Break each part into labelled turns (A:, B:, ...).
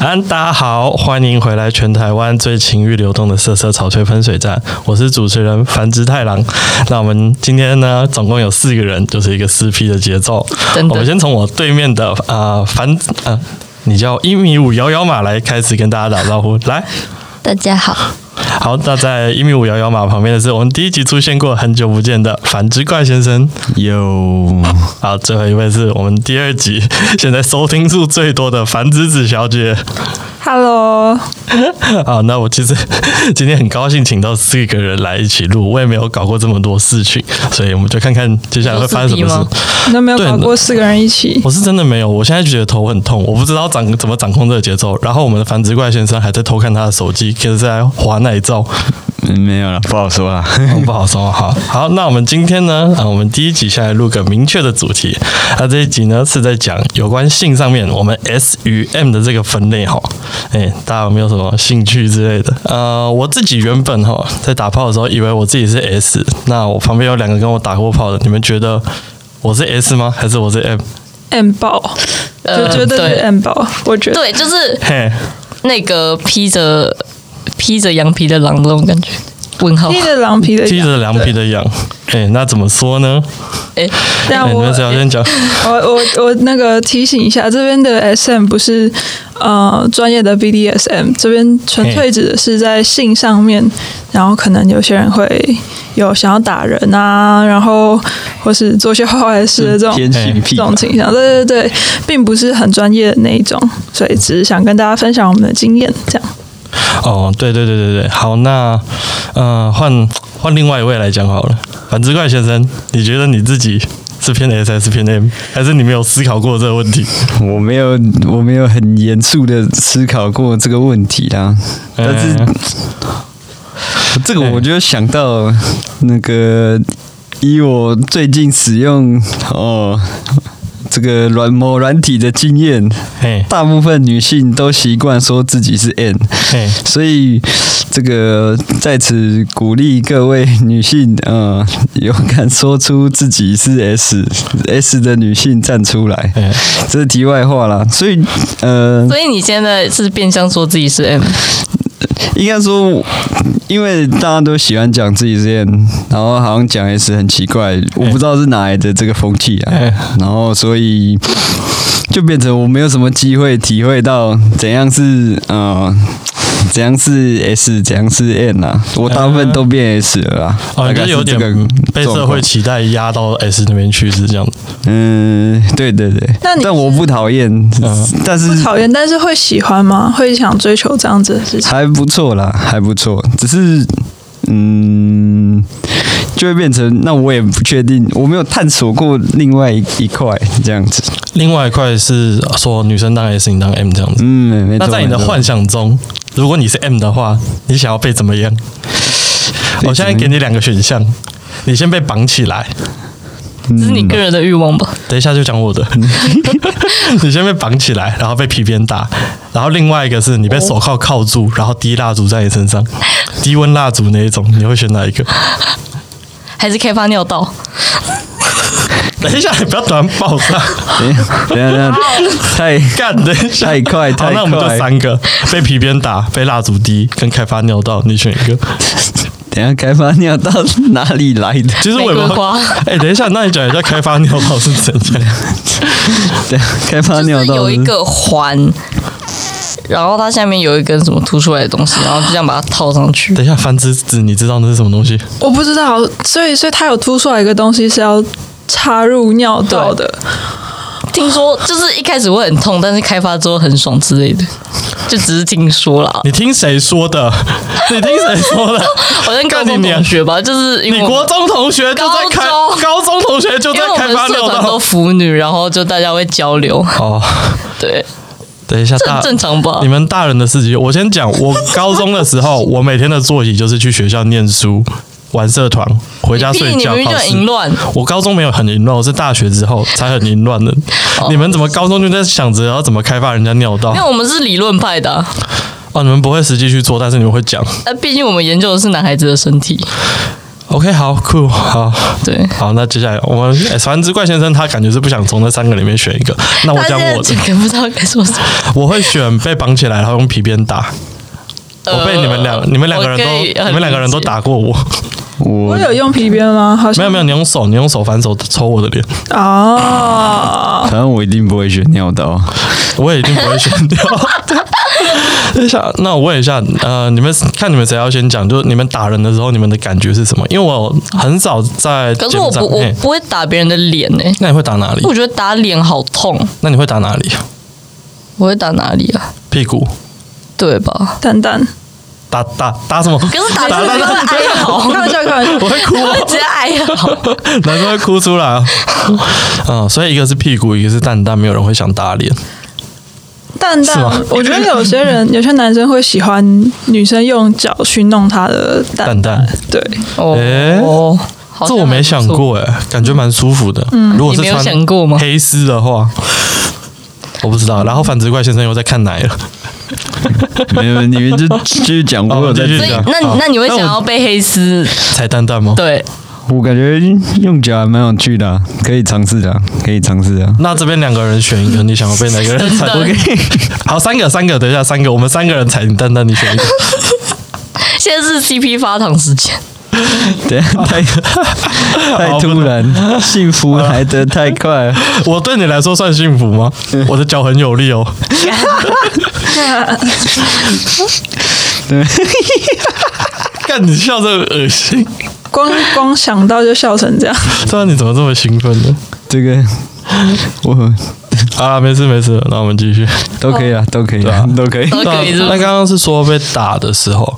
A: 安，大家好，欢迎回来全台湾最情欲流动的色色草吹喷水站，我是主持人繁殖太郎。那我们今天呢，总共有四个人，就是一个四 P 的节奏。
B: 真的
A: 我们先从我对面的啊繁啊，你叫一米五摇摇马来开始跟大家打招呼，来。
C: 大家好，
A: 好，那在一米五摇摇马旁边的是我们第一集出现过很久不见的反之怪先生。
D: 有
A: 好，最后一位是我们第二集现在收听数最多的繁之子小姐。
B: Hello，
A: 好，那我其实今天很高兴请到四个人来一起录，我也没有搞过这么多事情，所以我们就看看接下来会发生什么
B: 有四
A: 事
B: 题。你都没有
A: 对
B: 搞过四个人一起，
A: 我是真的没有，我现在觉得头很痛，我不知道掌怎么掌控这个节奏。然后我们的繁殖怪先生还在偷看他的手机，可是在划奶照。
D: 嗯没有了，不好说啊啦。
A: 哦 不好说，好好，那我们今天呢，啊，我们第一集下来录个明确的主题，那这一集呢是在讲有关性上面我们 S 与 M 的这个分类哈，哎，大家有没有什么兴趣之类的？呃，我自己原本哈在打炮的时候以为我自己是 S，那我旁边有两个跟我打过炮的，你们觉得我是 S 吗？还是我是 M？
B: M 爆，就绝对是
C: 对
B: M 爆，我觉得。
C: 对，就是
A: 嘿，
C: 那个披着披着羊皮的狼那种感觉。问号
B: 披，着狼皮的
A: 披
B: 羊，
A: 着凉皮的羊，哎，那怎么说呢？
C: 哎、
B: 但
A: 哎你
B: 我
A: 们谁要先讲？
B: 我我我那个提醒一下，这边的 SM 不是呃专业的 BDSM，这边纯粹指的是在性上面，然后可能有些人会有想要打人啊，然后或是做些坏坏的事的这种
D: 偏性
B: 这
D: 癖吧
B: 种倾向，对对对，并不是很专业的那一种，所以只是想跟大家分享我们的经验，这样。
A: 哦，对对对对对，好，那呃，换换另外一位来讲好了。反之怪先生，你觉得你自己是偏 S 还是偏 M，还是你没有思考过这个问题？
D: 我没有，我没有很严肃的思考过这个问题啦。但是、
A: 呃
D: 这个我就想到那个，以我最近使用哦这个软某软体的经验，
A: 哎嘿，
D: 大部分女性都习惯说自己是 N，
A: 嘿，
D: 所以这个在此鼓励各位女性，呃，勇敢说出自己是 S S 的女性站出来。
A: 嘿，
D: 这是题外话啦，所以呃，
C: 所以你现在是变相说自己是 M，
D: 应该说，因为大家都喜欢讲自己是 N，然后好像讲 S 很奇怪，我不知道是哪来的这个风气啊
A: 嗯，
D: 然后所以就变成我没有什么机会体会到怎样是呃。怎样是 S，怎样是 N 啊？我大部分都变 S 了啦，
A: 哦，
D: 大
A: 你就
D: 概
A: 是
D: 是
A: 有
D: 这个
A: 点被社
D: 状
A: 会
D: 况
A: 期待压到 S 那边去，是这样子。
D: 嗯，对对对。
B: 那你
D: 但我不讨厌，
A: 嗯
D: 但是
B: 不讨厌，但是会喜欢吗？会想追求这样子的事情？
D: 还不错啦，还不错，只是嗯，就会变成那我也不确定，我没有探索过另外一一块这样子。
A: 另外一块是呃说女生当 S，你当 M 这样子。
D: 嗯，没错。
A: 那在你的
D: 没错
A: 幻，想中，如果你是 M 的话，你想要被怎么样？
D: 被
A: 我现在
D: 怎么
A: 给
D: 样
A: 你两个选项，你先被绑起来，
C: 这是你个人的欲望吧？
A: 等一下就讲我 的，你先被绑起来，然后被皮鞭打，然后另外一个是你被手铐铐住，然后滴蜡烛在你身 上，低温蜡烛那一种，你会选哪一个？
C: 还是开发尿道？
A: 等一下，你不要突然爆炸，
D: 等一下等一下，等一下太
A: 干！等一下，
D: 太快
A: 好，
D: 太
A: 那我们就
D: 快
A: 三个：被皮鞭打、被蜡烛滴、跟开发尿道，你选一个。
D: 等一下开发尿到哪里来的？
A: 其实我也不知
C: 玫瑰
A: 道
C: 花。
A: 哎、等一下，那你讲一下开发尿道是怎 样？
D: 等一下开
A: 啊
D: 发
C: 就是
D: 尿到
C: 有一个环，然后它下面有一根什么凸出来的东西，然后就这样把它套上去。
A: 等一下，繁殖子，你知道那是什么东西？
B: 我不知道，所以所以它有凸出来一个东西是要插入尿道的，
C: 听说就是一开始会很痛，但是开发之后很爽之类的，就只是听说啦。
A: 你听谁说的？你听谁 说的？
C: 好像高
A: 干你
C: 中
A: 娘
C: 同学吧，就是因
A: 你
C: 为我
A: 国中同学就在开，
C: 高中
A: 高中同学就
C: 因
A: 在
C: 为我
A: 开
C: 们
A: 发
C: 社
A: 尿
C: 团
A: 道
C: 都。腐女，然后就大家会交流，
A: 哦，
C: 对，
A: 等一下，
C: 这
A: 大
C: 很正常吧
A: 你？们大人的事情，我先讲。我高中的时候，我每天的作息就是去学校念书、玩社团，回家
C: 你屁
A: 睡哦
C: 你
A: 觉。
C: 明明就
A: 考
C: 很
A: 试
C: 淫乱，
A: 我高中没有很淫乱，我是大学之后才很淫乱的。
C: 哦
A: 你们怎么高中就在想着要怎么开发人家尿道
C: 因为？我们是理论派的啊，
A: 哦，你们不会实际去做，但是你们会讲。
C: 呃，毕竟我们研究的是男孩子的身体，
A: OK，好酷，好
C: 对
A: 好，那接下来我们诶反正之怪先生他感觉是不想从那三个里面选一个，那我
C: 他
A: 讲
C: 现在
A: 我的
C: 整，个不知道该说什么。
A: 我会选被绑起来然后用皮鞭打。我被你们两、
C: 呃
A: 你们两个人
C: 我可以
A: 都
C: 很
A: 你们两个人都
C: 理解
A: 打过我，
D: 我
B: 我有用皮鞭吗？好像
A: 没有没有，你用手你用手反手抽我的脸，
B: 有哦。
D: 反正我一定不会选尿道。啊
A: 我也一定不会选掉。对想那我问一下，呃，你们看你们谁要先讲？就是你们打人的时候，你们的感觉是什么？因为我很少在
C: 可是
A: 节
C: 我
A: 目上
C: 不我
A: 嘿
C: 不会打别人的脸诶、
A: 那你会打哪里
C: 因为？我觉得打脸好痛。
A: 那你会打哪里？
C: 我会打哪里啊？
A: 屁股？
C: 对吧？
B: 蛋蛋，
A: 打打打什么？
C: 可是打
A: 打
C: 这
A: 打
C: 个
A: 打
C: 会哀
B: 开
C: 嚎，
B: 玩笑，开玩笑。
A: 我会哭、
C: 会
A: 哦，
C: 直接哀嚎。
A: 男生会哭出来、 哦。嗯，所以一个是屁股，一个是蛋蛋，没有人会想打脸。
B: 蛋
A: 是
B: 蛋
A: 吗，
B: 我觉得有 些人，有些男生会喜欢女生用脚去弄他的蛋
A: 蛋蛋，
B: 对，
A: 诶
C: 哦，好像
A: 这我没
C: 还不错
A: 想。过哎、感觉蛮舒服的。嗯，如果是
C: 你没有
A: 穿
C: 想过吗
A: 黑丝的话，我不知道。然后反直怪先生又在看奶了。
D: 没有，你们就继续讲，我有在
A: 哦继续
C: 所以
A: 讲
C: 那
A: 好
C: 那你会
A: 那我
C: 想要被黑丝？
A: 踩蛋蛋吗？
C: 对，
D: 我感觉用脚还蛮有趣的啊、可以尝试的啊，可以尝试的啊。
A: 那这边两个人选一个，你想要被哪个人踩？
C: 真的
A: 好，三个，三个，等一下，三个，我们三个人踩你蛋蛋，你选一个。
C: 现在是 CP 发糖时间。
D: 等一下太太突然， 幸福来得太快了。
A: 我对你来说算幸福吗？我的脚很有力哦。
D: 对，
A: 看你笑这么恶心，
B: 光光想到就笑成这样。
A: 对啊，你怎么这么兴奋呢？
D: 这个我
A: 好啦，没事没事，那我们继续。
D: 都可以啊，都可以啊，都可以。
C: 都可以是不
A: 那
C: 是
A: 刚刚是说被打的时候，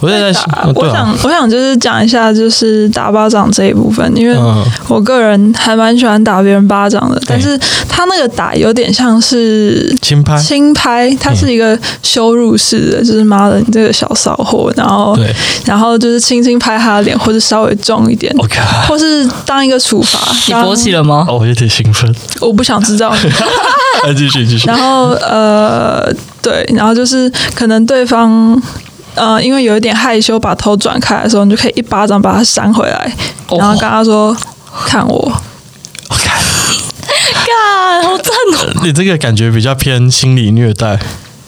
A: 我也在想，哦
B: 我
A: 对
B: 想
A: 啊，，
B: 我想就是讲一下，就是打巴掌这一部分，因为
A: 嗯
B: 我个人还蛮喜欢打别人巴掌的，但是他那个打有点像是
A: 轻拍，嗯
B: 轻拍，它是一个羞辱式的，就是妈的你这个小骚货，然后
A: 对
B: 然后就是轻轻拍他的脸，或者稍微重一点，
A: 我靠，
B: 或是当一个处罚。
C: 你
B: 当
C: 勃起了吗？
A: 哦，我有点兴 奋。
B: 我不想知道。
A: 哎，继续继续
B: 然。后呃，对，然后就是可能对方呃，因为有一点害羞，把头转开的时候，你就可以一巴掌把他扇回来，
C: 哦
B: 然后跟他说：“看我。
A: 我靠，
C: 干，好赞哦！
A: 你这个感觉比较偏心理虐待。”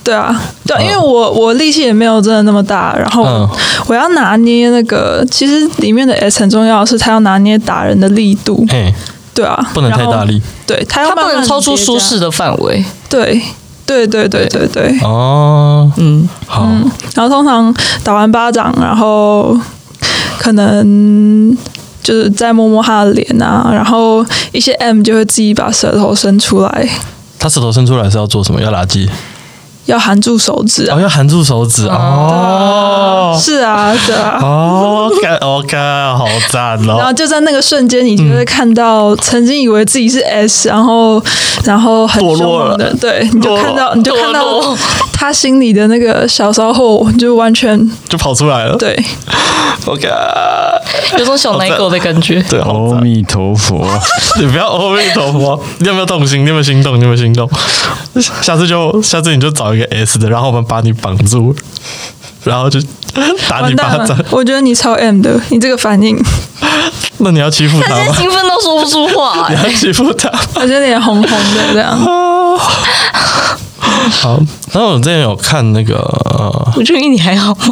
B: 对啊，对啊，因为我我力气也没有真的那么大，然后
A: 嗯
B: 我要拿捏那个，其实里面的 S 很重要，是他要拿捏打人的力度，
A: 嘿，
B: 对啊，
A: 不能太
B: 然后
A: 大力，
B: 对他要
C: 它不
B: 慢
C: 能
B: 慢
C: 超出
B: 叠
C: 舒
B: 加，
C: 适的范围。
B: 对对对对对对，
A: 哦，
C: 嗯，
A: 好，
B: 然后通常打完巴掌，然后可能就是再摸摸他的脸啊，然后一些 M 就会自己把舌头伸出来，
A: 他舌头伸出来是要做什么？要垃圾，
B: 要含住手指啊。
A: 哦，要含住手指哦。
B: 是啊，对啊。
A: 哦，干，哦干，好赞
B: 然后
A: 哦！
B: 就在那个瞬间，你就会看到曾经以为自己是 S，、然后然后很
A: 堕
B: 凶
A: 落
B: 猛
A: 了
B: 的，对，你就看到你就看
C: 堕
B: 到
C: 落
B: 他心里的那个小骚货，就完全
A: 就跑出来了。
B: 对，
A: ，OK，
C: 有种小奶狗的感觉。
A: 对，好
D: 阿
B: 哦
A: 赞！
D: 弥陀佛，
A: 你不要阿弥陀佛，你有没有动心？你有没有心动？你有没有心动？下次就下次你就找一个 S 的，然后我们把你绑住，然后就打
B: 完
A: 你
B: 蛋
A: 巴掌
B: 了。。我觉得你超 M 的，你这个反应，
A: 那你要欺负
C: 他
A: 他
C: 现在
A: 吗？
C: 兴奋到说不出话、
A: 你
C: 哎
A: 要欺负他 吗？
B: 我觉得脸红红的这样。
A: 好，然后我之前有看那个，呃
C: 我觉得你还好吗？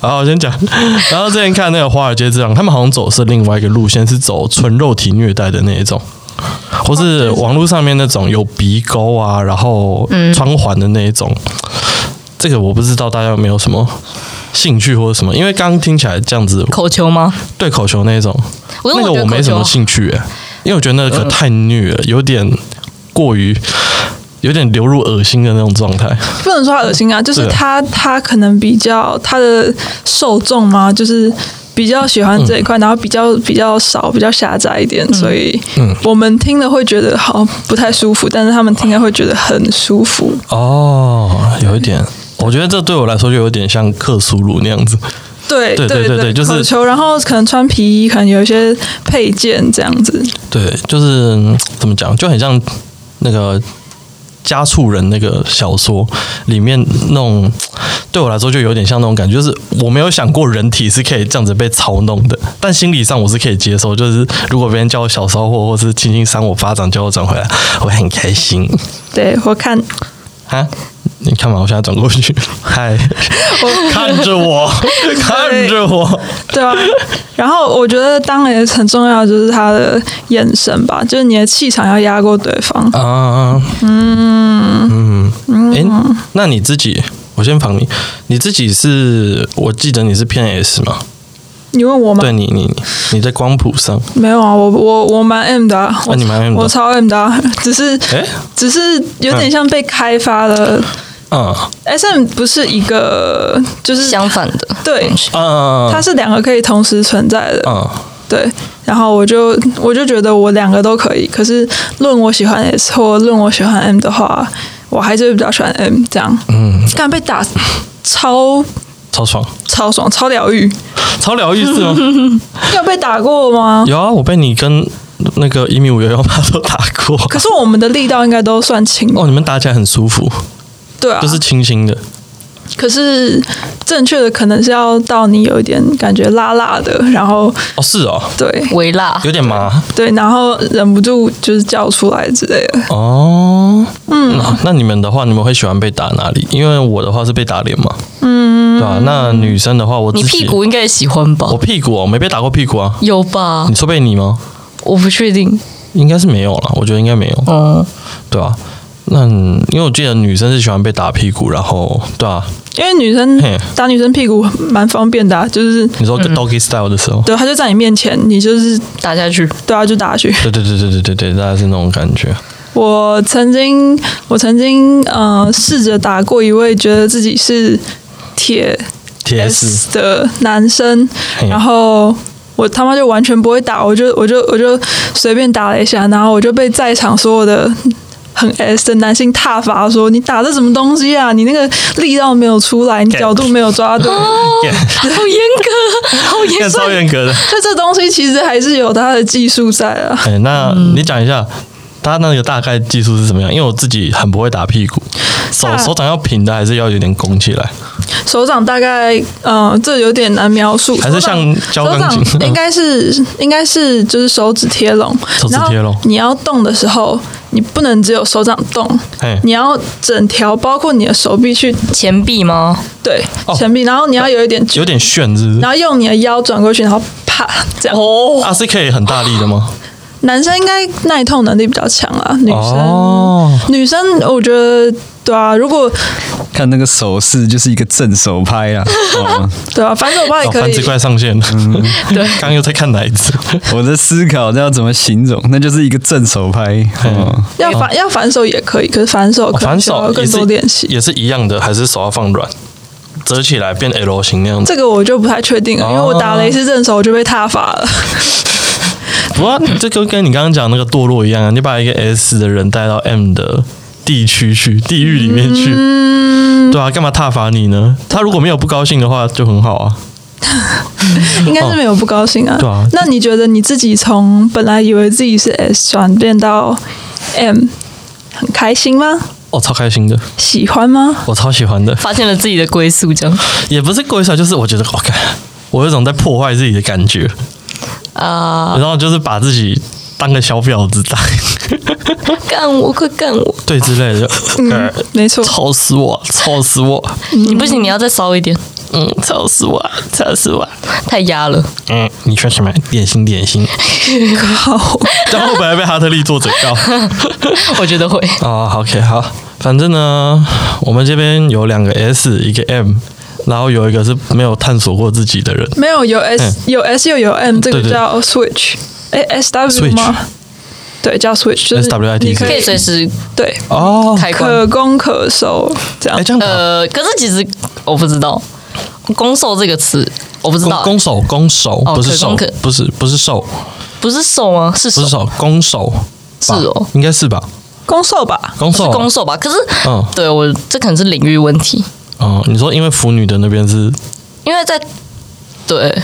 A: 然后我先讲，然后之前看那个《华尔街之狼》，他们好像走的是另外一个路线，是走纯肉体虐待的那一种，或是网络上面那种有鼻沟啊，然后穿环的那一种。这个我不知道大家有没有什么兴趣或者什么，因为刚刚听起来这样子，
C: 口球吗？
A: 对口球那一种，
C: 我
A: 那
C: 跟
A: 个
C: 觉
A: 我
C: 得口
A: 没什
C: 球
A: 么兴趣、欸，因为我觉得那个太虐了，有点过于，有点流入恶心的那种状态。
B: 不能说他恶心啊，就是
A: 对啊
B: 他他可能比较他的受众嘛，就是比较喜欢这一
A: 嗯
B: 块，然后比较比较少，比较狭窄一点，所以
A: 嗯
B: 我们听了会觉得好不太舒服，但是他们听了会觉得很舒服。
A: 哦，有一点，我觉得这对我来说就有点像克苏鲁那样子。
B: 对
A: 对对
B: 对
A: 对对就是
B: 口球，然后可能穿皮衣，可能有一些配件这样子。
A: 对，就是嗯怎么讲，就很像那个家畜人》那个小说里面那种，对我来说就有点像那种感觉，就是我没有想过人体是可以这样子被操弄的，但心理上我是可以接受，就是如果别人叫我小骚货，或是轻轻扇我巴掌叫我转回来，我会很开心
B: 对我看
A: 啊。你看嘛，我现在转过去，嗨， 看着我，看着我，
B: 对 啊，然后我觉得当然也很重要，就是他的眼神吧，就是你的气场要压过对方。
A: 啊，嗯嗯，哎、那你自己，我先访你，你自己是，我记得你是偏 S 嘛？
B: 你问我吗？
A: 对你，你你你在光谱上，
B: 没有啊，我我我蛮 M 的、啊，我
A: 你蛮 M 的
B: 我超 M 的、啊， 只是、
A: 诶
B: 只是有点像被开发了。
A: 嗯
B: S M 不是一个，就是
C: 相反的，
B: 对，
A: 嗯，
B: 它是两个可以同时存在的，
A: 嗯
B: 对。然后我就我就觉得我两个都可以，可是论我喜欢 S 或论我喜欢 M 的话，我还是会比较喜欢 M 这样。嗯，刚被打超
A: 超爽，
B: 超爽，超疗愈。
A: 超疗愈是吗？
B: 你有被打过吗？
A: 有啊，我被你跟那个一米五幺幺八都打过。
B: 可是我们的力道应该都算轻，
A: 哦，你们打起来很舒服，
B: 对啊。
A: 就是轻轻的。
B: 可是正确的可能是要到你有一点感觉辣辣的，然后
A: 哦，是哦，
B: 对
C: 微辣
A: 有点麻
B: 对，然后忍不住就是叫出来之类的。
A: 哦。嗯那，那你们的话，你们会喜欢被打哪里？因为我的话是被打脸嘛。嗯，对啊。那女生的话，我自
C: 你
A: 己
C: 屁股应该也喜欢吧
A: 我？屁股、哦，我没被打过屁股啊。
C: 有吧
A: 你？说被你吗？
C: 我不确定。
A: 应该是没有了，我觉得应该没有，
C: 哦，
A: 对啊？那你因为我记得女生是喜欢被打屁股，然后对啊，
B: 因为女生
A: 嘿
B: 打女生屁股蛮方便的、啊，就是
A: 你说 doggy style 的时候，
B: 对，她就在你面前，你就是
C: 打下去，
B: 对啊，就打下去。
A: 对对对对对对对，大概是那种感觉。
B: 我曾经，我曾经呃试着打过一位觉得自己是铁
A: 铁丝，
B: S 的男生，
A: 嘿
B: 然后我他妈就完全不会打，我就我就我就随便打了一下，然后我就被在场所有的。很 S 的男性挞伐说：“你打的什么东西啊？你那个力道没有出来，你角度没有 抓对，
C: 好严格，好严
A: 看
C: 格。
A: 超严格的。
B: 就这东西其实还是有它的技术在啊。
A: 哎，那你讲一下。他那个大概技术是怎么样？因为我自己很不会打屁股，手
B: 大
A: 手掌要平的，还是要有点拱起来，
B: 手掌大概，嗯、这有点难描述。
A: 还是像教
B: 手掌
A: 钢琴
B: 手掌应该是应该是就是手指贴拢，
A: 手指贴拢
B: 然后你要动的时候，你不能只有手掌动
A: 嘿，
B: 你要整条包括你的手臂去
C: 前臂吗？
B: 对
A: 哦
B: 前臂，然后你要有一点距，
A: 有点炫，是不是
B: 然？后用你的腰转过去，然后啪这样。
C: 哦，
A: 啊，是可以很大力的吗？
B: 男生应该耐痛能力比较强啊，女生、
A: 哦，
B: 女生我觉得对啊，如果
D: 看那个手势就是一个正手拍啊！哦
B: 对啊，反手抱也
A: 哦，
B: 可
A: 繁
B: 以
A: 殖。快上 线了。
C: 对
A: 刚刚又在看哪一只？
D: 我在思考这要怎么形容，那就是一个正手拍。哦
B: 要反、要反手也可以，可是反手可能
A: 哦反
B: 需要
A: 手也
B: 更
A: 是嗯
B: 多练习。
A: 也是一样的，还是手要放软，折起来变 L 型那样子？
B: 这个我就不太确定了，因为我
A: 哦
B: 打了一次正手我就被踏伐了。
A: 不过这个跟你刚刚讲那个堕落一样啊，你把一个 S 的人带到 M 的地区去，地狱里面去，
B: 嗯
A: 对啊，干嘛挞伐你呢？他如果没有不高兴的话，就很好啊。
B: 应该是没有不高兴啊。
A: 哦对啊
B: 那你觉得你自己从本来以为自己是 S 转变到 M，很开心吗？
A: 哦，超开心的，
B: 喜欢吗？
A: 我超喜欢的，
C: 发现了自己的归宿，这样
A: 也不是过一下，就是我觉得，我、看，我有种在破坏自己的感觉，
C: 啊！
A: 然后就是把自己当个小婊子打，
C: 干我，快干我！
A: 对之类的，
C: 嗯
A: 呃
B: 没错，
A: 操死我，操死我，
C: 你不行，你要再骚一点，
A: 嗯，操死我，操死我。
C: 太压了。
A: 嗯，你说什么？点心点心，
B: 靠，
A: 然后本来被哈特利做嘴告。
C: 我觉得会。
A: 哦好，OK，好，反正呢，我们这边有两个 S，一个 M，然后有一个是没有探索过自己的人。
B: 没有有 S 有 S 又有 M，这个
A: 哎对对
B: 叫 switch，哎 S W 吗？对，叫 switch，就是
A: SWIT
B: 你可
C: 可以
B: 以
C: 随时
B: 对
A: 哦，
C: 开关
B: 可。攻可守这样
A: 哎，。这样打
C: 呃，可是其实我不知道“攻受”这个词，我不知
A: 攻
C: 道，
A: 攻守攻守
C: 哦
A: 不是
C: 可
A: 手
C: 攻可，
A: 不是不是手，
C: 不是受吗？是
A: 不
C: 手
A: 是手，攻守
C: 是
A: 吧
C: 哦，
A: 应该是吧？
B: 攻受吧，
A: 攻守，
C: 攻受吧？啊可是，
A: 嗯
C: 对我这可能是领域问题，
A: 哦，你说因为腐女的那边是
C: 因为在对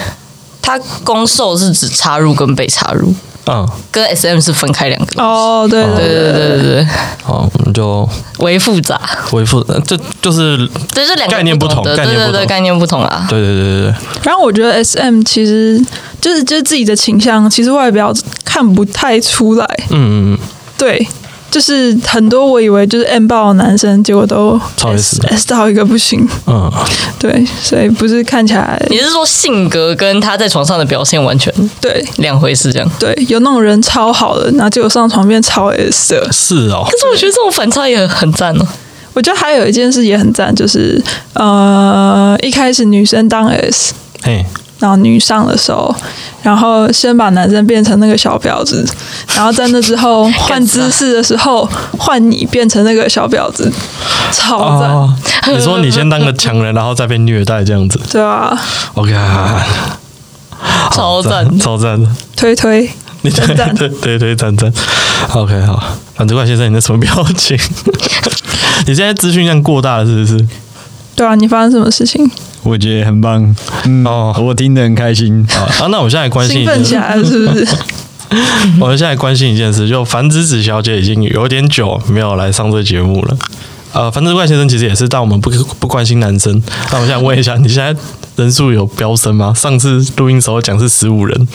C: 它攻受是指插入跟被插入，
A: 啊嗯，
C: 跟 S M 是分开两个。
B: 哦，对对
C: 对
B: 对，
C: 对对对对，对
A: 好，啊我们就
C: 为复杂，
A: 回复，呃这就是
C: 对，这两个
A: 概念不同
C: 的，
A: 概
C: 对
A: 念不
C: 对对，
A: 同
C: 概念不同啦。
A: 对对对对对，
B: 然后我觉得 S M 其实就是就是自己的倾向，其实外表看不太出来。
A: 嗯嗯嗯，
B: 对，就是很多我以为就是 M 爆的男生，结果都
A: 超 S
B: S S 到一个不行。
A: 嗯，
B: 对，所以不是看起来
C: 你是说性格跟他在床上的表现完全
B: 对
C: 两回事，这样？可
B: 对，有那种人超好的，然后结果上床变超 S 的。
A: 是哦，
C: 是我觉得这种反差也很很赞哦。
B: 我觉得还有一件事也很赞，就是呃，一开始女生当 S，
A: 嘿，
B: 然后女上的时候，然后先把男生变成那个小婊子，然后在那之后换姿势的时候换你变成那个小婊子，超赞，
A: 哦，你说你先当个强人，然后再被虐待这样子
B: 对啊，
A: ，OK，
C: 超赞
A: 超赞 的。
B: 推推，
A: 你对
B: 真赞
A: 对对对，赞赞。OK，好，反正怪先生，你那什么表情？ 你现在资讯量过大了，是不是？
B: 对啊，你发生什么事情？
D: 我觉得很棒。嗯，
A: 哦
D: 我听得很开心。
A: 好啊，那我们现在关心
B: 兴
A: 一
B: 奋
A: 件
B: 起来了 是不是？
A: 我们现在关心一件事，就樊子子小姐已经有点久没有来上这个节目了。呃，樊子怪先生其实也是，但我们不不关心男生。那我想问一下，你现在人数有飙升吗？上次录音时候讲是十五人，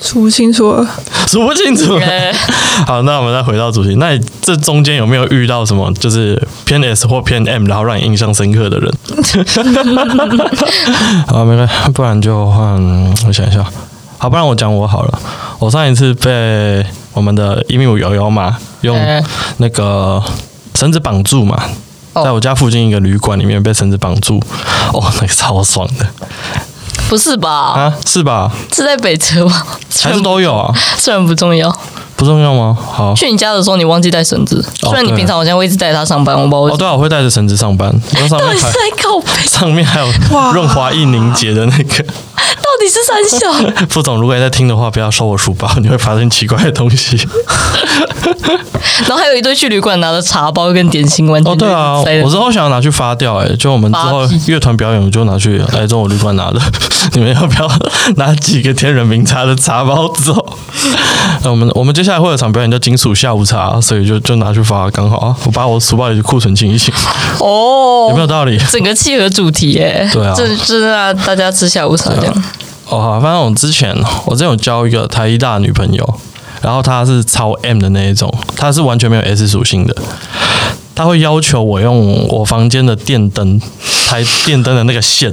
B: 数不清楚了，
A: 数不清楚。
C: 呃
A: 好，那我们再回到主题，那你这中间有没有遇到什么就是偏 S 或偏 M，然后让你印象深刻的人？ 好，没关系，不然就换我想一下。好，不然我讲我好了。我上一次被我们的一米五幺幺嘛，用
C: 哎
A: 那个绳子绑住嘛，
C: 哦
A: 在我家附近一个旅馆里面被绳子绑住，哦，那个超爽的
C: 不是吧？
A: 啊，是吧？
C: 是在北车吧？虽
A: 还是
C: 然
A: 都有啊？
C: 虽然不重要。
A: 不重要吗？好，
C: 去你家的时候，你忘记带绳子。
A: 哦
C: 虽然你平常好像会一直带他上班，我不知道为
A: 哦，
C: 什么。
A: 对啊，我会带着绳子上班，然后上
C: 到
A: 面
C: 底
A: 还
C: 是在靠北？
A: 上面还有
B: 哇
A: 润滑液凝结的那个。
C: 到底是三小？
A: 副总，如果你在听的话，不要收我书包，你会发现奇怪的东西。
C: 然后还有一堆去旅馆拿的茶包跟点心玩具。
A: 哦，对啊，
C: 就一直塞着
A: 我之后想要拿去发掉、欸，哎，就我们之后
C: 发迹
A: 乐团表演，我就拿去哎，这我旅馆拿的。 你们要不要拿几个天人名茶的茶包走？ 那我们我们接下来会有场表演叫金属下午茶，所以就就拿去发，刚好啊，我把我书包里的库存清一清，
C: 哦，
A: 有没有道理？
C: 整个契合主题耶、
A: 对啊
C: 这就是让大家吃下午茶这样。
A: 哦，好反正我之前我之前有交一个台医大的女朋友，然后她是超 M 的那一种，她是完全没有 S 属性的。她会要求我用我房间的电灯，台电灯的那个线，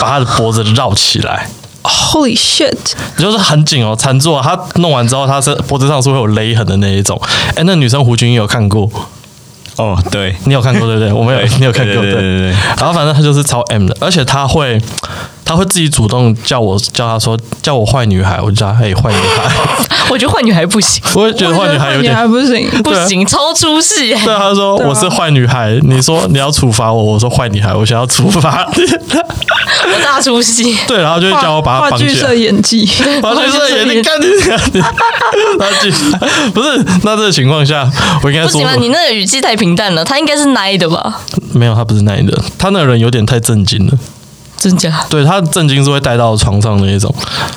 A: 把她的脖子绕起来，
B: Holy shit！
A: 就是很紧哦，缠住哦。她弄完之后，她是脖子上是会有勒痕的那一种。哎，那女生胡军也有看过，
D: 哦，对，
A: 你有看过对不对？我没有，你有看过
D: 对对对对对
A: 然后反正他就是超 M 的，而且他会他会自己主动叫我叫他说叫我坏女孩，我就叫他哎、坏女孩，
C: 我觉得坏女孩不行，
A: 我会觉得坏女孩有
B: 你还
A: 点。
B: 不行，
C: 不
A: 啊对啊
C: 行，超 出戏耶、
A: 对啊，他说
B: 对啊
A: 我是坏女孩，你说你要处罚我，我说坏女孩，我想要处罚你。
C: 我大出戏。
A: 对，然后就会叫我把她
B: 话
A: 绑
B: 剧
A: 起
B: 社
A: 来。
B: 演技，
A: 然后就是眼睛干你 娘的，然后就不是那这个情况下，我应该
C: 不
A: 说
C: 行
A: 什
C: 啊，
A: 么
C: 你那个语气太平淡了，他应该是奶的吧？
A: 没有，他不是那里的，他那个人有点太震惊了。
C: 真假？
A: 对他震惊是会带到床上的那种，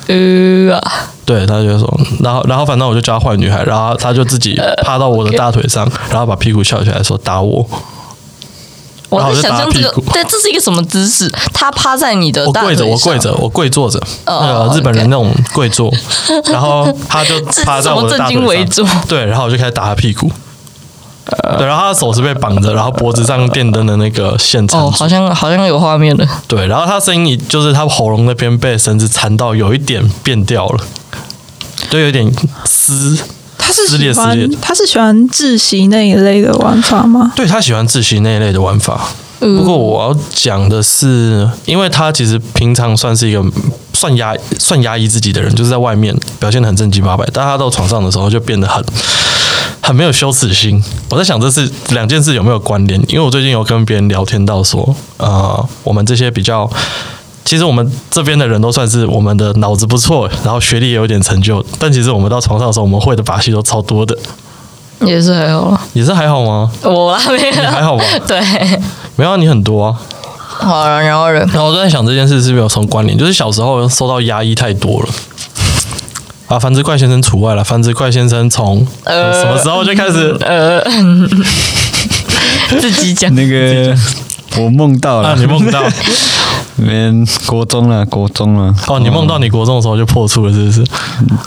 C: 呃啊，
A: 对，他就说，然后然后反正我就叫她坏女孩，然后她就自己
C: 呃
A: 趴到我的大腿上，然后把屁股翘起来说打我，
C: 我
A: 然后
C: 在
A: 就
C: 想
A: 打
C: 象这个
A: 屁股，
C: 但这是一个什么姿势？他趴在你的
A: 我
C: 大
A: 跪着，
C: 腿
A: 我
C: 上
A: 跪着，我跪坐着，
C: 哦
A: 那个日本人那种跪 坐，然后他就
C: 这
A: 趴
C: 这
A: 在
C: 什
A: 我的
C: 么正
A: 大
C: 襟危
A: 腿
C: 坐
A: 上，？对，然后我就开始打他屁股，对，然后他的手是被绑着，然后脖子上电灯的那个线缠
C: 哦，
A: 住
C: 好像好像有画面了。
A: 对，然后他声音也就是他喉咙那边被绳子缠到有一点变掉了，就有点撕，
B: 他是
A: 撕裂
B: 喜
A: 撕
B: 欢
A: 裂的
B: 他是喜欢窒息那一类的玩法吗？
A: 对他喜欢自习那一类的玩法。
C: 嗯
A: 不过我要讲的是，因为他其实平常算是一个算压算压抑自己的人，就是在外面表现的很正经八百，但他到床上的时候就变得很很没有羞耻心。我在想这是两件事有没有关联？因为我最近有跟别人聊天到说，呃，我们这些比较。其实我们这边的人都算是我们的脑子不错，然后学历也有点成就，但其实我们到床上的时候，我们会的把戏都超多的，
C: 也是还好啦，
A: 也是还好吗？
C: 我啦没有，
A: 你还好吧？
C: 对，
A: 没有、啊，你很多啊。
C: 好了，然后人
A: 然后我就在想这件事是不是有什么关联，就是小时候受到压抑太多了。啊，繁殖怪先生除外了。繁殖怪先生从、
C: 呃
A: 什么时候就开始？
C: 呃，嗯自己讲。
D: 那个我梦到
A: 啊，
D: 了，
A: 你梦 到
D: 嗯，国中了，国中了。
A: 哦，你梦到你国中的时候就破处了，是不是？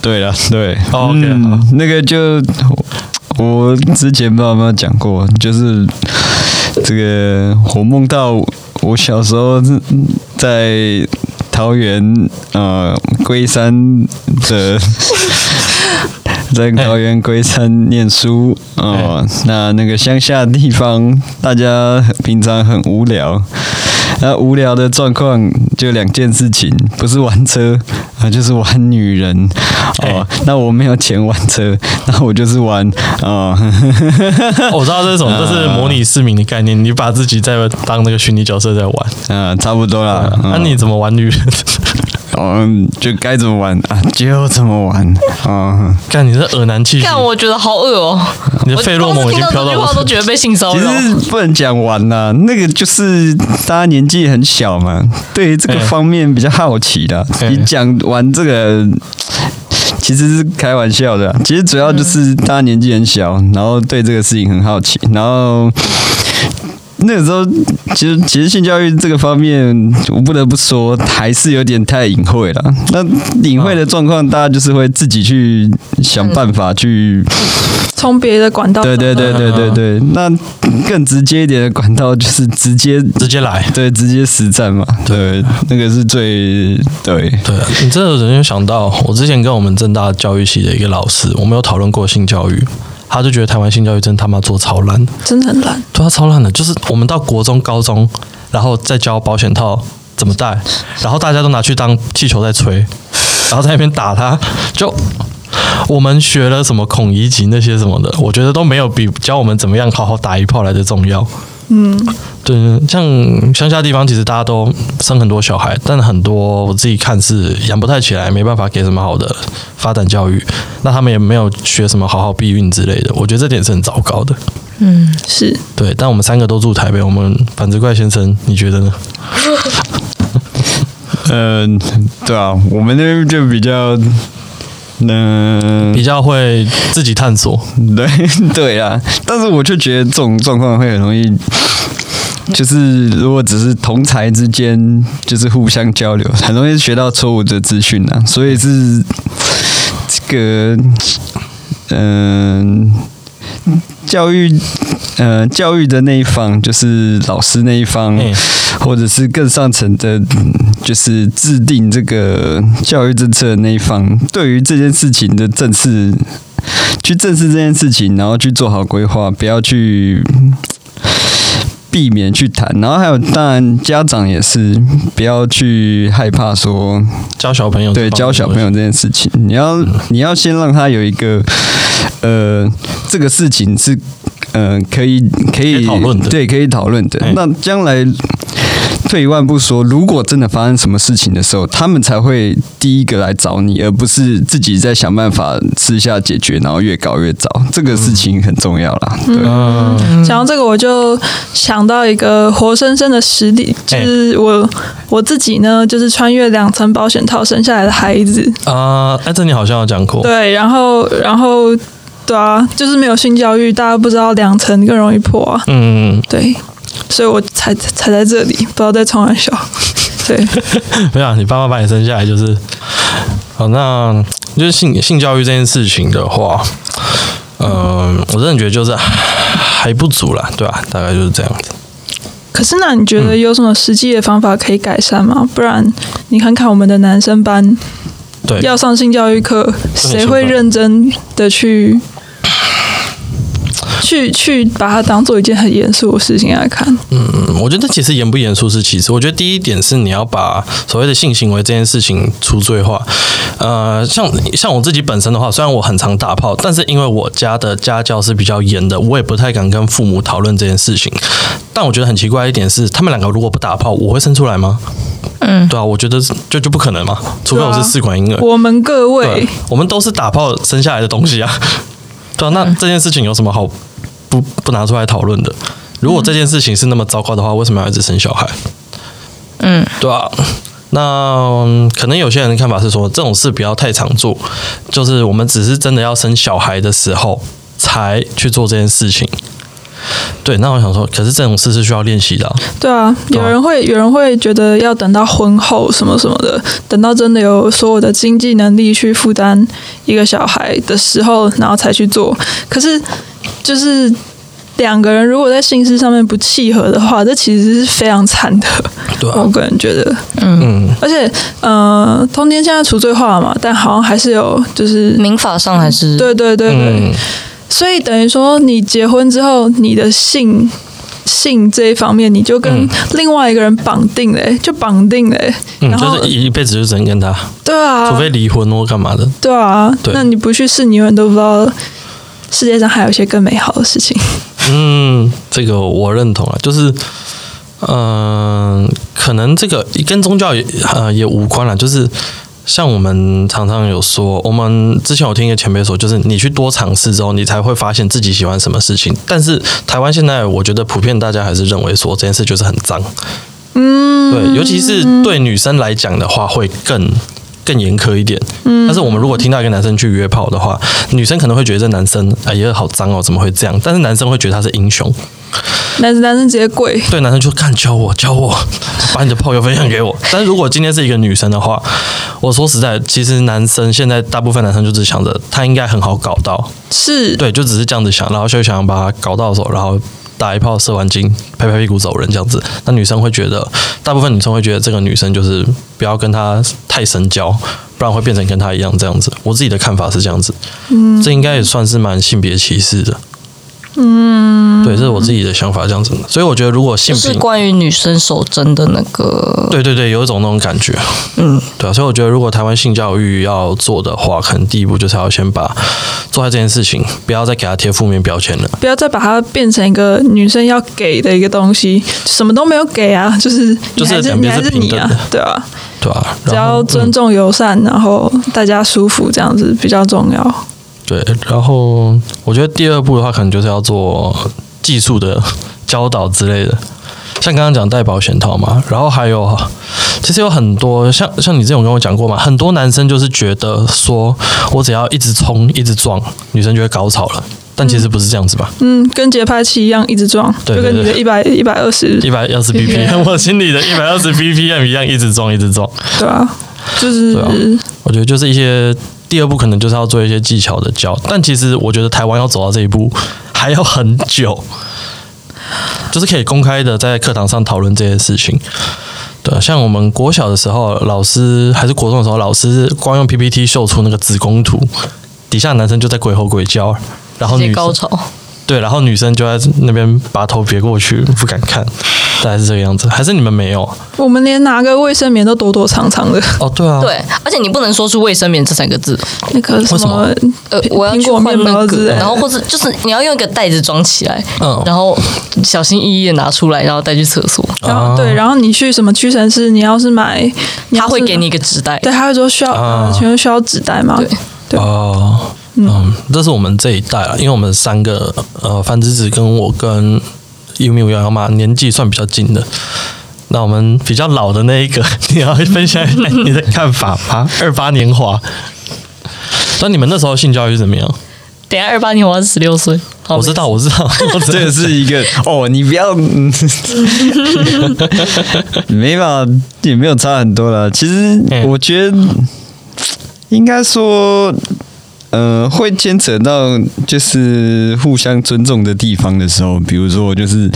D: 对了，对，嗯
A: 哦，OK，好
D: 那个就我之前不知道有没有讲过，就是这个我梦到我小时候是在桃园呃龟山的。在桃园龟山念书哦，那那个乡下地方，大家平常很无聊，那无聊的状况就两件事情，不是玩车啊，就是玩女人哦。那我没有钱玩车，那我就是玩哦，
A: 哦我知道这是什么，这是模拟市民的概念，你把自己在当那个虚拟角色在玩。
D: 啊，差不多啦。
A: 那、你怎么玩女人？
D: 嗯，就该怎么玩啊，就怎么玩啊。
A: 看你这耳男气息，
C: 看，我觉得好恶哦、
A: 你的
C: 我
A: 费洛蒙已经飘
C: 光是听这
A: 到
C: 句
A: 我
C: 话都觉得被性骚
D: 其
C: 扰。
D: 实不能讲玩啦，那个就是大家年纪很小 嘛，对于这个
A: 嗯
D: 方面比较好奇的。
A: 嗯
D: 你讲玩这个。其实是开玩笑的啊，其实主要就是大家年纪很小，然后对这个事情很好奇，然后那个时候，其实其实性教育这个方面，我不得不说还是有点太隐晦了。那隐晦的状况，大家就是会自己去想办法去
B: 从别的管道，
D: 对对对对对 对，那更直接一点的管道就是直接
A: 直接来。
D: 对直接实战嘛，对，那个是最对
A: 对啊你这个人就想到，我之前跟我们正大教育系的一个老师，我们有讨论过性教育，他就觉得台湾性教育真他妈做超烂，
B: 真的很烂。
A: 对他啊超烂的，就是我们到国中、高中，然后再教保险套怎么戴，然后大家都拿去当气球在吹，然后在那边打他，就。我们学了什么孔乙己那些什么的，我觉得都没有比教我们怎么样好好打一炮来的重要。对，像乡下地方，其实大家都生很多小孩，但很多我自己看是养不太起来，没办法给什么好的发展教育，那他们也没有学什么好好避孕之类的，我觉得这点是很糟糕的。
B: 是
A: 对，但我们三个都住台北，我们反之怪先生，你觉得呢？
D: 嗯、对啊，我们那边就比较嗯、
A: 比较会自己探索，
D: 对对啊，但是我就觉得这种状况会很容易。就是如果只是同才之间，就是互相交流，很容易学到错误的资讯啊。所以是这个，嗯、教育，呃，教育的那一方，就是老师那一方，
A: 嗯
D: 或者是更上层的，嗯就是制定这个教育政策的那一方，对于这件事情的正视，去正视这件事情，然后去做好规划，不要去。嗯避免去谈，然后还有，当然家长也是不要去害怕说
A: 教小朋友，
D: 对教小朋友，这件事情，你要
A: 嗯
D: 你要先让他有一个呃，这个事情是呃可以可
A: 可
D: 以
A: 以讨论的
D: 对，可以讨论的
A: 哎。
D: 那将来退一万步说，如果真的发生什么事情的时候，他们才会第一个来找你，而不是自己在想办法私下解决，然后越搞越糟。这个事情很重要啦，对。
A: 嗯，
B: 讲到这个，我就想到一个活生生的实例，就是我我自己呢，就是穿越两层保险套生下来的孩子。
A: 啊，哎，这你好像有讲过，
B: 对，然后然后对啊，就是没有性教育，大家不知道两层更容易破啊。
A: 嗯，
B: 对，所以我才才在这里，不知道在冲 哪笑。对，
A: 没有啊，你爸妈把你生下来就是，好，那就是性性教育这件事情的话，嗯、我真的觉得就是还不足啦，对吧、大概就是这样子。
B: 可是那你觉得有什么实际的方法可以改善 吗？不然你看看我们的男生班
A: 对，
B: 要上性教育课，谁会
A: 辛苦
B: 认真 的去去去把它当做一件很严肃的事情来看？
A: 嗯，我觉得其实严不严肃是其次。我觉得第一点是你要把所谓的性行为这件事情除罪化。呃，像像我自己本身的话，虽然我很常打炮，但是因为我家的家教是比较严的，我也不太敢跟父母讨论这件事情。但我觉得很奇怪一点是，他们两个如果不打炮，我会生出来吗？嗯，对啊，我觉得是就就不可能嘛，除非我是
B: 对啊
A: 试管婴儿。
B: 我们各
A: 对
B: 位，
A: 我们都是打炮生下来的东西啊。 对啊，那这件事情有什么好不不拿出来讨论的？如果这件事情是那么糟糕的话，为什么要一直生小孩？
C: 嗯，
A: 对啊，那、嗯可能有些人的看法是说，这种事不要太常做，就是我们只是真的要生小孩的时候才去做这件事情。对，那我想说，可是这种事是需要练习的啊、
B: 对啊，
A: 对
B: 有
A: 啊
B: 人会有人会觉得要等到婚后什么什么的，等到真的有所有的经济能力去负担一个小孩的时候，然后才去做。可是就是两个人如果在性事上面不契合的话，这其实是非常惨的。
A: 对啊
B: 我个人觉得，嗯，而且呃，通奸现在除罪化了嘛，但好像还是有就是。
C: 民法上还是
B: 对对对对，
A: 嗯，
B: 所以等于说，你结婚之后，你的性性这一方面，你就跟
A: 嗯
B: 另外一个人绑定了欸、就绑定了欸、
A: 嗯，
B: 然后、
A: 就是一辈子就只能跟他，
B: 对啊，
A: 除非离婚或干嘛的。
B: 对啊，
A: 对
B: 那你不去试，你永远都不知道世界上还有一些更美好的事情。
A: 嗯，这个我认同啊，就是，嗯、可能这个跟宗教也呃也无关了，就是像我们常常有说，我们之前有听一个前辈说，就是你去多尝试之后，你才会发现自己喜欢什么事情。但是台湾现在，我觉得普遍大家还是认为说这件事就是很脏，
B: 嗯，
A: 对，尤其是对女生来讲的话，会更。更严苛一点，嗯，但是我们如果听到一个男生去约炮的话，女生可能会觉得这男生哎呀好脏哦，怎么会这样？但是男生会觉得他是英雄，
B: 男男生直接跪，
A: 对男生就看教我教我， 把你的炮友分享给我。但是如果今天是一个女生的话，我说实在，其实男生现在大部分男生就只想着他应该很好搞到，
B: 是，
A: 对，就只是这样子想，然后就想把他搞到手，然后打一炮射完精，拍拍屁股走人这样子。那女生会觉得，大部分女生会觉得这个女生就是不要跟他太深交，不然会变成跟他一样这样子。我自己的看法是这样子，嗯，这应该也算是蛮性别歧视的。嗯，对，这是我自己的想法，这样子。所以我觉得，如果性
C: 就是
A: 平
C: 关于女生守贞的那个，
A: 对对对，有一种那种感觉，
C: 嗯，
A: 对啊，所以我觉得如果台湾性教育要做的话，可能第一步就是要先把做爱这件事情，不要再给他贴负面标签了。
B: 不要再把它变成一个女生要给的一个东西，什么都没有给啊，就是
A: 就
B: 你
A: 是
B: 还是
A: 两
B: 你
A: 边
B: 还
A: 是
B: 是
A: 平
B: 你
A: 等
B: 啊
A: 的，
B: 对啊，
A: 对啊，
B: 只
A: 然后
B: 要尊重友善，然后大家舒服，这样子比较重要。
A: 对，然后我觉得第二步的话，可能就是要做技术的教导之类的，像刚刚讲戴保险套嘛，然后还有其实有很多像像你这种跟我讲过嘛，很多男生就是觉得说我只要一直冲一直撞，女生就会高潮了，但其实不是这样子吧？
B: 嗯，跟节拍器一样，一直撞，
A: 对对
B: 就跟你的一百一百二十，
A: 一百二十 BPM，我心里的一百二十 BPM 一样，一直撞，一直撞。
B: 对啊，就是、
A: 对啊我觉得就是一些第二步，可能就是要做一些技巧的教，但其实我觉得台湾要走到这一步还要很久，就是可以公开的在课堂上讨论这些事情。对啊，像我们国小的时候，老师还是国中的时候，老师光用 PPT 秀出那个子宫图，底下男生就在鬼吼鬼叫，然后
C: 直
A: 哦
C: 接
A: 女
C: 高
A: 生
C: 潮，
A: 对，然后女生就在那边把头别过去，不敢看，大概是这个样子。还是你们没有？
B: 我们连拿个卫生棉都躲躲藏藏的，
A: 哦，对啊，
C: 对，而且你不能说出卫生棉这三个字，
B: 那个什么
A: 为，哦
C: 呃，我要
B: 苹
C: 去
B: 果
C: 换
B: 面
C: 那
B: 包之
C: 个，
B: 类的
C: 然后或者就是你要用一个袋子装起来，
A: 嗯
C: 然后小心翼翼的拿出来，然后带去厕所，
B: 然后、对，然后你去什么屈臣氏，你要是买，你要
C: 他
B: 是
C: 会给你一个纸袋，
B: 对，他会说需要，
A: 啊
B: 呃请问需要纸袋吗？
C: 对
B: 对
A: 哦，嗯，这是我们这一代了，因为我们三个呃，范之子跟我跟优米五幺幺嘛，年纪算比较近的。那我们比较老的那一个， 你要分享 一下你的看法吧。二八年华，那你们那时候性教育怎么样？
C: 等一下二八年我是十六岁，好
A: 我知道，我知道，我 知道
D: 哦这是一个哦，你不要， 嗯没办法，也没有差很多啦。其实
A: 嗯
D: 我觉得，应该说，呃，会牵扯到就是互相尊重的地方的时候，比如说就是。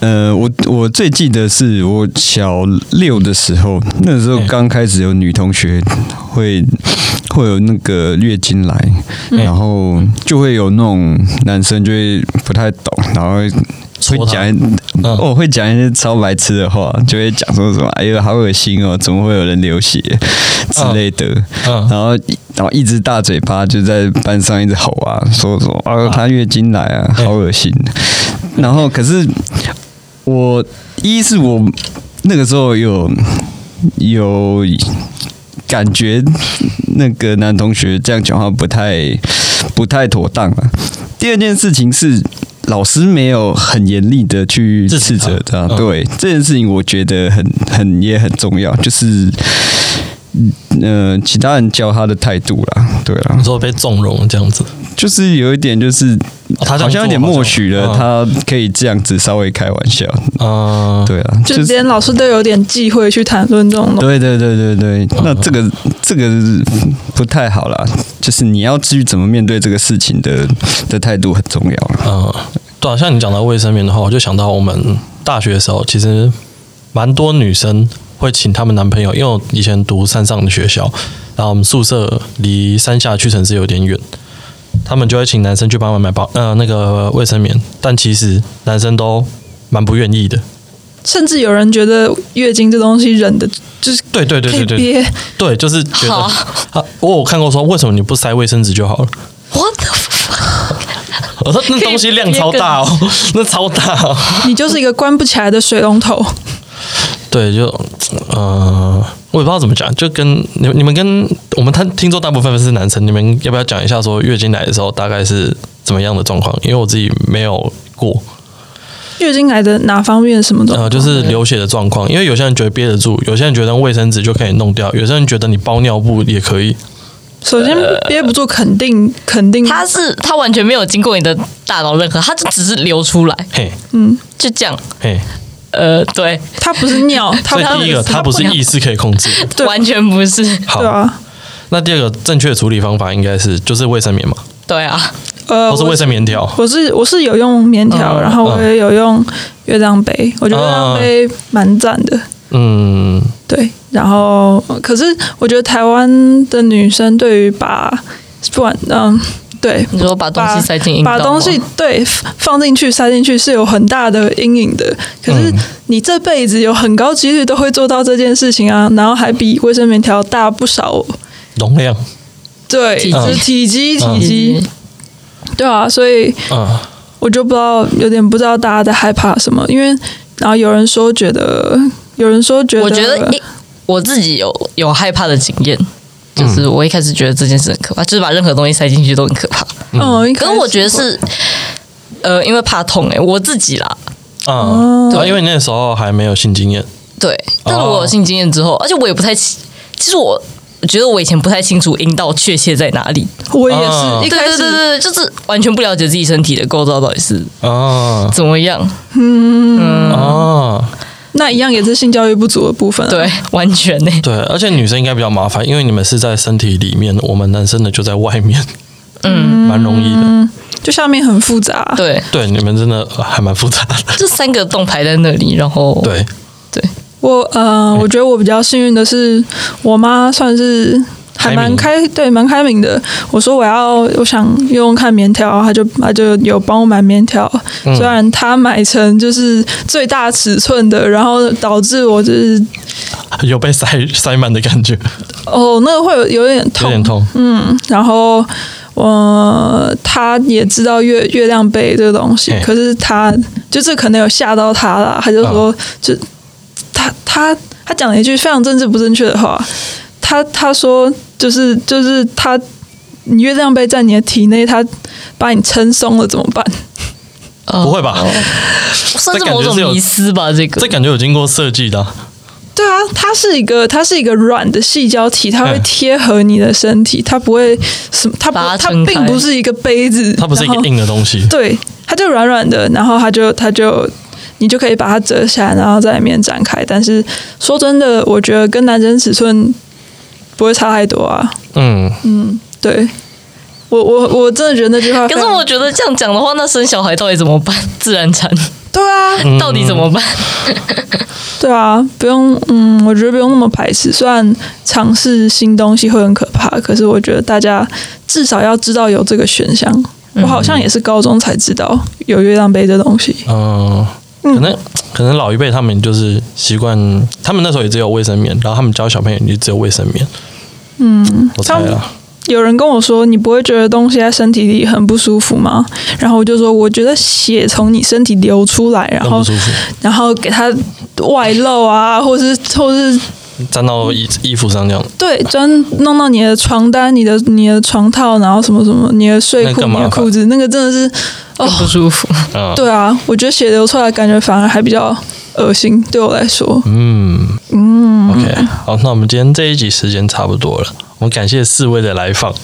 D: 呃，我我最记得是我小六的时候，那时候
A: 嗯
D: 刚开始有女同学会会有那个月经来，
A: 嗯
D: 然后就会有那种男生就会不太懂，然后会
A: 戳
D: 会
A: 他
D: 讲一
A: 嗯
D: 哦，会讲一些超白痴的话，就会讲说什么“哎呦，好恶心哦，怎么会有人流血”之类的，
A: 嗯
D: 然后然后一直大嘴巴就在班上一直吼啊，说说“啊，她月经来啊，
A: 嗯
D: 好恶心”，然后可是我一是我那个时候有有感觉那个男同学这样讲话不太不太妥当啊。第二件事情是老师没有很严厉的去
A: 制止
D: 斥
A: 他
D: 责他，
A: 嗯
D: 对这件事情，我觉得很很也很重要，就是呃，其他人教他的态度啦，对啦
A: 你，说被纵容这样子，
D: 就是有一点就是、
A: 哦他这样做
D: 好像有点默许
A: 好
D: 了，
A: 像
D: 他可以这样子稍微开玩笑，
A: 嗯，
D: 对啊，
B: 就连老师都有点忌讳去谈论这种东西。
D: 对对对对
A: 嗯
D: 对，那这个这个不太好啦，就是你要至于怎么面对这个事情的的态度很重要啦。
A: 嗯，对啊，像你讲到卫生棉的话，我就想到我们大学的时候，其实蛮多女生会请她们男朋友，因为我以前读山上的学校，然后我们宿舍离山下屈臣氏有点远，他们就会请男生去帮忙买包呃那个卫生棉，但其实男生都蛮不愿意的。
B: 甚至有人觉得月经这东西忍的，就是
A: 对对对
B: 可以
A: 对对，
B: 憋。
A: 对，就是觉得
C: 好
A: 啊，我有看过说为什么你不塞卫生纸就好了？
C: What the fuck？
A: 我说那东西量超大哦， 那超大、哦。
B: 你就是一个关不起来的水龙头。
A: 对，就呃，我也不知道怎么讲，就跟你你们跟我们他听众大部分是男生，你们要不要讲一下说月经来的时候大概是怎么样的状况？因为我自己没有过，
B: 月经来的哪方面什么的，
A: 呃，就是流血的状况，因为有些人觉得憋得住，有些人觉得用卫生纸就可以弄掉，有些人觉得你包尿布也可以。
B: 首先
A: 呃
B: 憋不住，肯定肯定
C: 他是他完全没有经过你的大脑任何，他就只是流出来，
A: 嘿，
C: 就这样。
A: 嘿，
C: 呃，对，
B: 他不是尿，他
A: 所以第一个它不是
C: 他不
A: 意识可以控制的。
B: 对
C: 完全不是。
A: 好
B: 对，啊，
A: 那第二个正确的处理方法应该是就是卫生棉嘛，
C: 对啊，
B: 呃，
A: 或是
B: 我
A: 哦卫生棉条。
B: 我是我是有用棉条，
A: 嗯
B: 然后我也有用月亮杯，我觉得月亮杯蛮赞的。
A: 嗯，
B: 对，然后可是我觉得台湾的女生对于把不管嗯对
C: 你说把东
B: 把
C: 西塞进阴道吗
B: 把东西对 f- 放进去塞进去是有很大的阴影的。可是
C: 嗯
B: 你这辈子有很高几率都会做到这件事情啊，然后还比卫生棉条大不少。
A: 容量，
B: 对，
C: 体积
B: 就是体积
A: 嗯
B: 体积，对啊，所以
A: 嗯，
B: 我就不知道，有点不知道大家在害怕什么，因为然后有人说觉得，有人说觉得，
C: 我觉得一我自己有有害怕的经验，就是我一开始觉得这件事很可怕，就是把任何东西塞进去都很可怕。
B: 嗯，
C: 可是我觉得是，呃，因为怕痛诶、我自己啦，
A: 啊，对啊，因为你那时候还没有性经验，
C: 对。但是我有性经验之后，而且我也不太清，其实我我觉得我以前不太清楚阴道确切在哪里，
B: 我也
A: 啊
B: 是一
C: 对
B: 开
C: 对对
B: 始
C: 对，就是完全不了解自己身体的构造到底是
A: 啊
C: 怎么样，
A: 啊，
B: 那一样也是性教育不足的部
A: 嗯
B: 分啊，
C: 对， 完全呢、
A: 对，而且女生应该比较麻烦，因为你们是在身体里面，我们男生的就在外面，嗯，蛮容易的。
B: 就下面很复杂，
C: 对，
A: 对，你们真的呃还蛮复杂的。
C: 就三个洞排在那里，然后
A: 对，
C: 对，
B: 我呃，我觉得我比较幸运的是，我妈算是还蛮
A: 开
B: 开，对，蛮开明的。我说我要，我想用用看棉条，她就她就有帮我买棉条，虽然她买成就是最大尺寸的，然后导致我就是
A: 有被塞塞满的感觉，
B: 哦，那个会有有点
A: 有
B: 痛，
A: 点痛。
B: 然后，呃，他也知道月月亮杯这个东西
A: 嘿，
B: 可是他就这可能有吓到他啦，他就说，
A: 哦
B: 就他他他讲了一句非常政治不正确的话，他他说就是就是他，你月亮杯在你的体内，他把你撑松了怎么办？
A: 不
C: 不
A: 会吧？
C: 呃哦算是某种迷思吧，这个
A: 这感觉有经过设计的啊，
B: 对啊，它是一个它是一个软的细胶体，它会
A: 嗯
B: 贴合你的身体，它不会什么，它不
C: 把它
B: 它
C: 撑
B: 并
C: 开
B: 不是一个杯子，
A: 它不是一个
B: 然后
A: 硬的东西。
B: 对，它就软软的，然后它就它就你就可以把它折下来，然后在里面展开。但是说真的，我觉得跟男生尺寸不会差太多啊。
A: 嗯，
B: 对我我我真的觉得那句话非
C: 可
B: 常，
C: 是我觉得这样讲的话，那生小孩到底怎么办？ 自然产
B: 对啊
A: 嗯
C: 到底怎么办？
B: 对啊，不用嗯，我觉得不用那么排斥。虽然尝试新东西会很可怕，可是我觉得大家至少要知道有这个选项。我好
C: 嗯
B: 像也是高中才知道有月亮杯这东西。
A: 嗯，可能可能老一辈他们就是习惯，他们那时候也只有卫生棉，然后他们教小朋友也只有卫生棉。嗯，我猜
B: 他们
A: 啊，
B: 有人跟我说：“你不会觉得东西在身体里很不舒服吗？”然后我就说：“我觉得血从你身体流出来，然
A: 很
B: 后
A: 不舒服，
B: 然后给它外漏啊， 或是或是
A: 沾到衣衣服上这样，
B: 对，专弄到你的床单、你的你的床套，然后什么什么，你的睡
A: 那
B: 裤、
A: 更麻
B: 你
A: 烦
B: 的裤子，那个真的是
A: 哦
C: 更不舒服。
A: 嗯，
B: 对啊，我觉得血流出来的感觉反而还比较恶心，对我来说。
A: 嗯嗯，OK，好，那我们今天这一集时间差不多了，我们感谢四位的来访。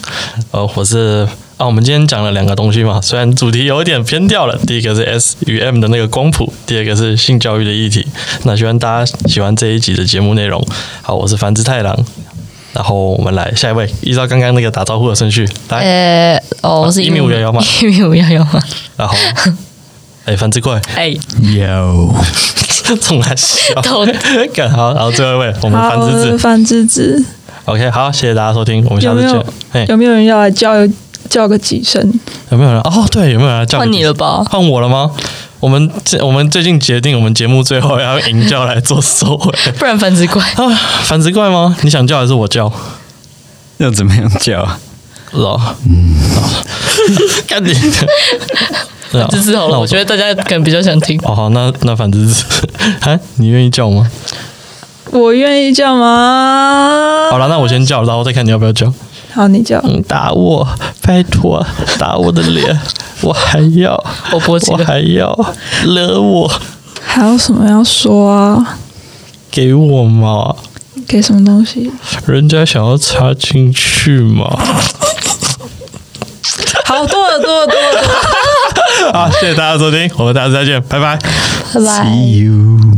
A: 呃，我是啊，我们今天讲了两个东西嘛，虽然主题有一点偏掉了，第一个是 S 与 M 的那个光谱，第二个是性教育的议题。那希望大家喜欢这一集的节目内容。好，我是繁殖太郎，然后我们来下一位，依照刚刚那个打招呼的顺序来，
B: 哎
A: 啊
C: 呃，哦，我是
A: 一米五幺幺嘛
C: 一米五幺幺嘛。
A: 然 后。哎，繁殖快，
C: 哎，
D: 有
A: 从来 笑，
C: 头
A: 干好，然后最后一位，我们繁
B: 好
A: 殖
B: 的，
A: 子
B: 繁殖子，
A: ，OK，好，谢谢大家收听，我们下
B: 有
A: 次
B: 没
A: 见
B: 有。
A: 嘿
B: 有没有人要来叫叫个几声？
A: 有没有人？哦，对，有没有人来叫
C: 换你了？吧？
A: 换我了吗？我们这我们最近决定，我们节目最后要用银叫来做收尾
C: 不然繁殖怪。
A: 啊！繁殖怪吗？你想叫还是我叫？
D: 要怎么样叫啊？
A: 不知道，嗯，看你的。 对啊
C: 这次好
A: 那
C: 了，我觉得大家可能比较想听。
A: 哦好，那那反正是， 哎，你愿意叫吗？
B: 我愿意叫吗
A: 好？了，那我先叫，然后再看你要不要叫。
B: 好，你叫。
A: 嗯，打我，拜托，打我的 脸，我还要，
C: 我勃起
A: 我
C: 了，
A: 还要，惹我，
B: 还有什么要说啊？
A: 给我嘛。
B: 给什么东西？
A: 人家想要插进去嘛？
B: 好多了，多了，多了。
A: 啊好，谢谢大家收听，我们大家再见，拜拜。
C: 拜拜。
D: 有。